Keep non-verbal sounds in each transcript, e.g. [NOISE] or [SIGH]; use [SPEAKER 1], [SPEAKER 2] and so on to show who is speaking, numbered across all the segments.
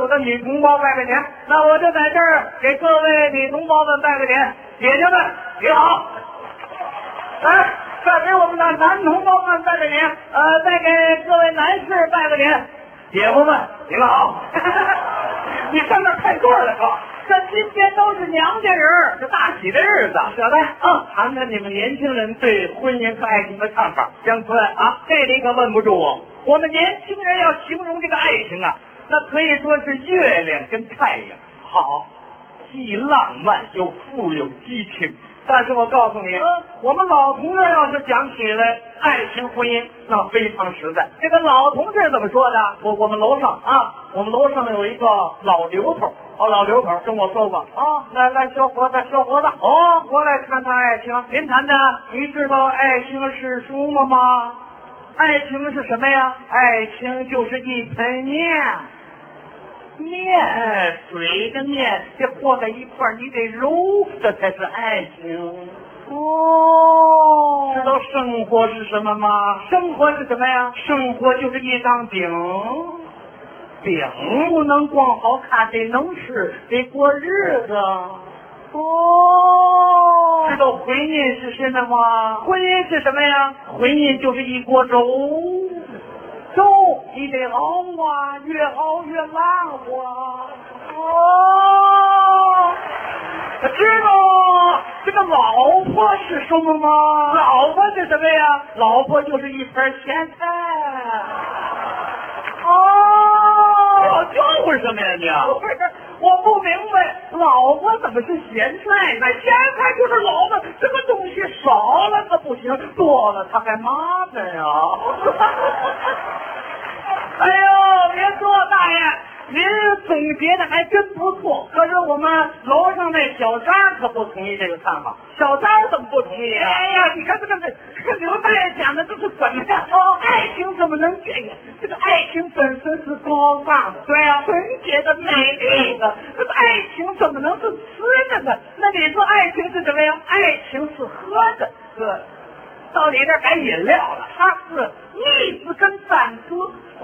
[SPEAKER 1] 我的女同胞拜拜年。那我就在这儿给各位女同胞们拜个年，姐姐们你好。哎，再给我们的男同胞们拜个年，呃，再给各位男士拜个年，姐夫们你们好。 [LAUGHS] 你上那儿开座了哥。这今天都是娘家人，这大喜的日子。小戴，嗯，谈谈你们年轻人对婚姻和爱情的看法。乡村啊，这你可问不住我。我们年轻人要形容这个爱情啊，那可以说是月亮跟太阳，好，既浪漫又富有激情。但是我告诉你，我们老同志要是讲起来爱情婚姻，那非常实在。这个老同志怎么说的？我我们楼上啊，我们楼上有一个老刘头，哦，老刘头跟我说过啊，来来小伙子，小伙子，哦，我来谈谈爱情。您谈谈，你知道爱情是什么吗？爱情是什么呀？爱情就是一盆面。面，水跟面这和在一块儿，你得揉，这才是爱情。哦，知道生活是什么吗？生活是什么呀？生活就是一张饼，饼不能光好看，得能吃，得过日子。哦，知道婚姻是什么吗？婚姻是什么呀？婚姻就是一锅粥。粥，你得熬啊，越熬越辣乎啊。哦，知道这个老婆是什么吗？老婆是什么呀？老婆就是一盆咸菜。哦，
[SPEAKER 2] 老浆糊是什么哎呀你啊？
[SPEAKER 1] 不是，我不明白，老婆怎么是咸菜呢？咸菜就是老婆，这个东西少了可不行，多了它还麻烦呀、哎呦，别说大爷，您总结的还真不错。可是我们楼上那小张可不同意这个看法。小张怎么不同意啊？哎呀，你看这个这这刘大爷讲的这是什么呀？哦，爱情怎么能这样？这个爱情本身是高尚的，对啊呀、纯洁的、美丽的。这个爱情怎么能是吃的呢？那你说爱情是什么呀？爱情是喝的，喝。到你这儿改饮料了，它是蜜汁跟胆汁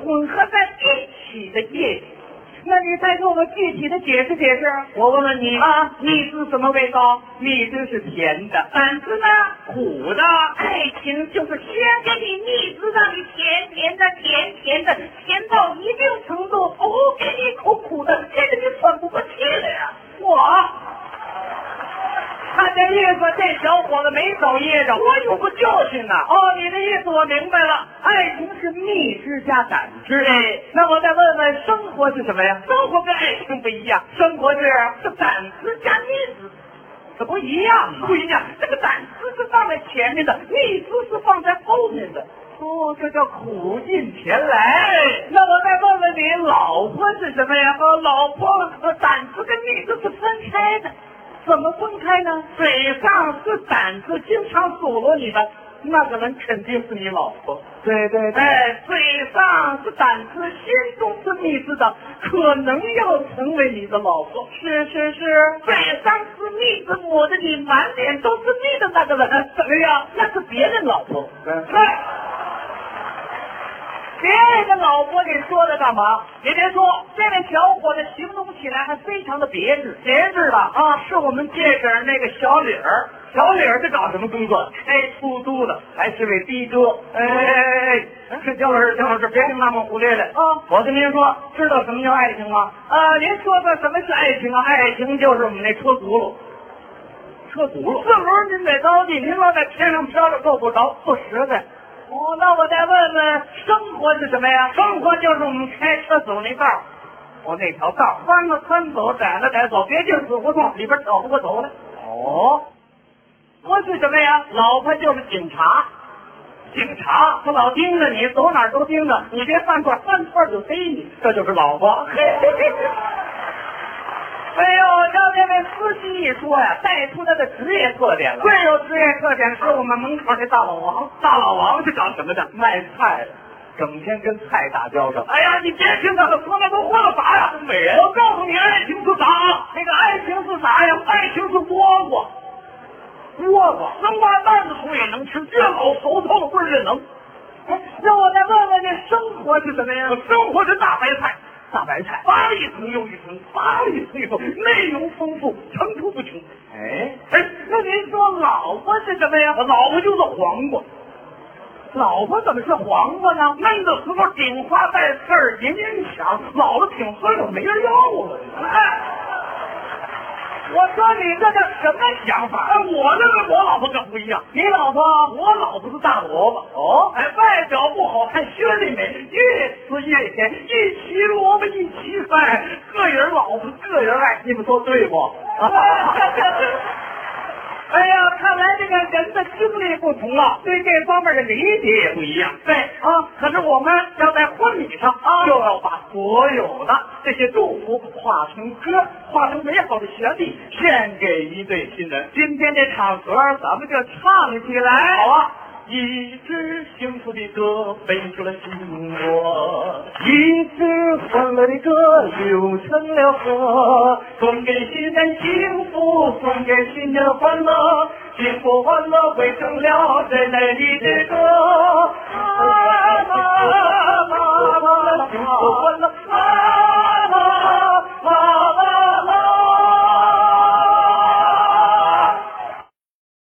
[SPEAKER 1] 混合在一起的液体。那你再给我们具体的解释解释。我问问你啊，蜜汁什么味道？蜜汁是甜的，胆汁呢？苦的。爱情就是先给你蜜汁，让你甜甜的，甜甜的，甜到一定程度，哦，给你一口苦的，这个你喘不过气来呀。我。看这意思，这小伙子没走掖着，我有个教训呐。哦，你的意思我明白了，爱情是蜜汁加胆汁。哎，那我再问问，生活是什么呀？生活跟爱情不一样，生活是是胆汁加蜜汁。这不一样吗？不一样，这个胆汁是放在前面的，蜜汁是放在后面的。哦，这叫苦尽甜来。那我再问问你，老婆是什么呀？哦，老婆呃胆汁跟蜜汁是分开的，怎么分开呢？嘴上是胆汁，经常数落你的。那个人肯定是你老婆，对对对，哎，嘴上是胆汁，心中是蜜汁的，可能要成为你的老婆。是是是，嘴上是蜜汁，抹的你满脸都是蜜的那个人，怎么样？那是别人老婆。哎别人的老婆，你说他干嘛？你别说，这位小伙子形容起来还非常的别致，别致吧？啊，是我们借着那个小李儿，小李儿这搞什么工作？开出租的，还是位的哥。哎哎哎，是姜老师，姜老师，别听他们胡咧咧啊！我跟您说，知道什么叫爱情吗？啊，您说的什么是爱情啊？爱情就是我们那车轱辘。车轱辘，四轮您得着地，您老在天上飘着够不着，不实在。哦，那我再问问，生活是什么呀？生活就是我们开车走那道儿，哦，那条道儿宽了宽走，窄了窄走，别进死胡同，里边找不过头来。哦，我是什么呀？老婆就是警察，警察他老盯着你，走哪儿都盯着，你别犯错，犯错就逮你，这就是老婆。哎呦，让这位司机一说呀，带出他的职业特点了。啊最有职业特点是我们门口那大老王，大老王是搞什么的？卖菜的，整天跟菜打交道。哎呀，你别听他的说，那都犯了法呀！东北人，我告诉你，爱情是啥啊？那个爱情是啥呀？爱情是倭瓜，倭瓜能挖蛋的头也能吃，越老熟透了棍儿越能。哎，让我再问问，这生活是什么呀？生活是大白菜，
[SPEAKER 2] 大白菜，
[SPEAKER 1] 扒一层又一层，扒一层又内容丰富，层出不穷。
[SPEAKER 2] 哎，
[SPEAKER 1] 哎，那您说老婆是什么呀？老婆就是黄瓜，
[SPEAKER 2] 老婆怎么是黄瓜呢？
[SPEAKER 1] 那个时候顶花带刺儿，人人抢，老了挺酸了，没人要了。哎，
[SPEAKER 2] 我说你这叫什么想
[SPEAKER 1] 哎
[SPEAKER 2] 法？
[SPEAKER 1] 我那个我老婆可不一样，
[SPEAKER 2] 你老婆
[SPEAKER 1] 我老婆是大萝卜。
[SPEAKER 2] 哦，
[SPEAKER 1] 哎，外表不好看，心里美，越吃越甜，一齐萝卜一齐饭，个人老婆个人爱，你们说对不？ [LAUGHS]
[SPEAKER 2] 哎呀，看来这个人的经历不同啊，对这方面的理解也不
[SPEAKER 1] 不
[SPEAKER 2] 一样
[SPEAKER 1] 一样，对
[SPEAKER 2] 啊。
[SPEAKER 1] 可是我们要在婚礼上啊，就要把所有的这些祝福化成歌，化成美好的旋律，献给一对新人。
[SPEAKER 2] 今天这场合，咱们就唱起来。
[SPEAKER 1] 好啊！一支幸福的歌飞出了心窝，
[SPEAKER 2] 一支欢乐的歌流成了河，
[SPEAKER 1] 送给新人幸福，送给新人欢乐，幸福欢乐汇成了人类的歌。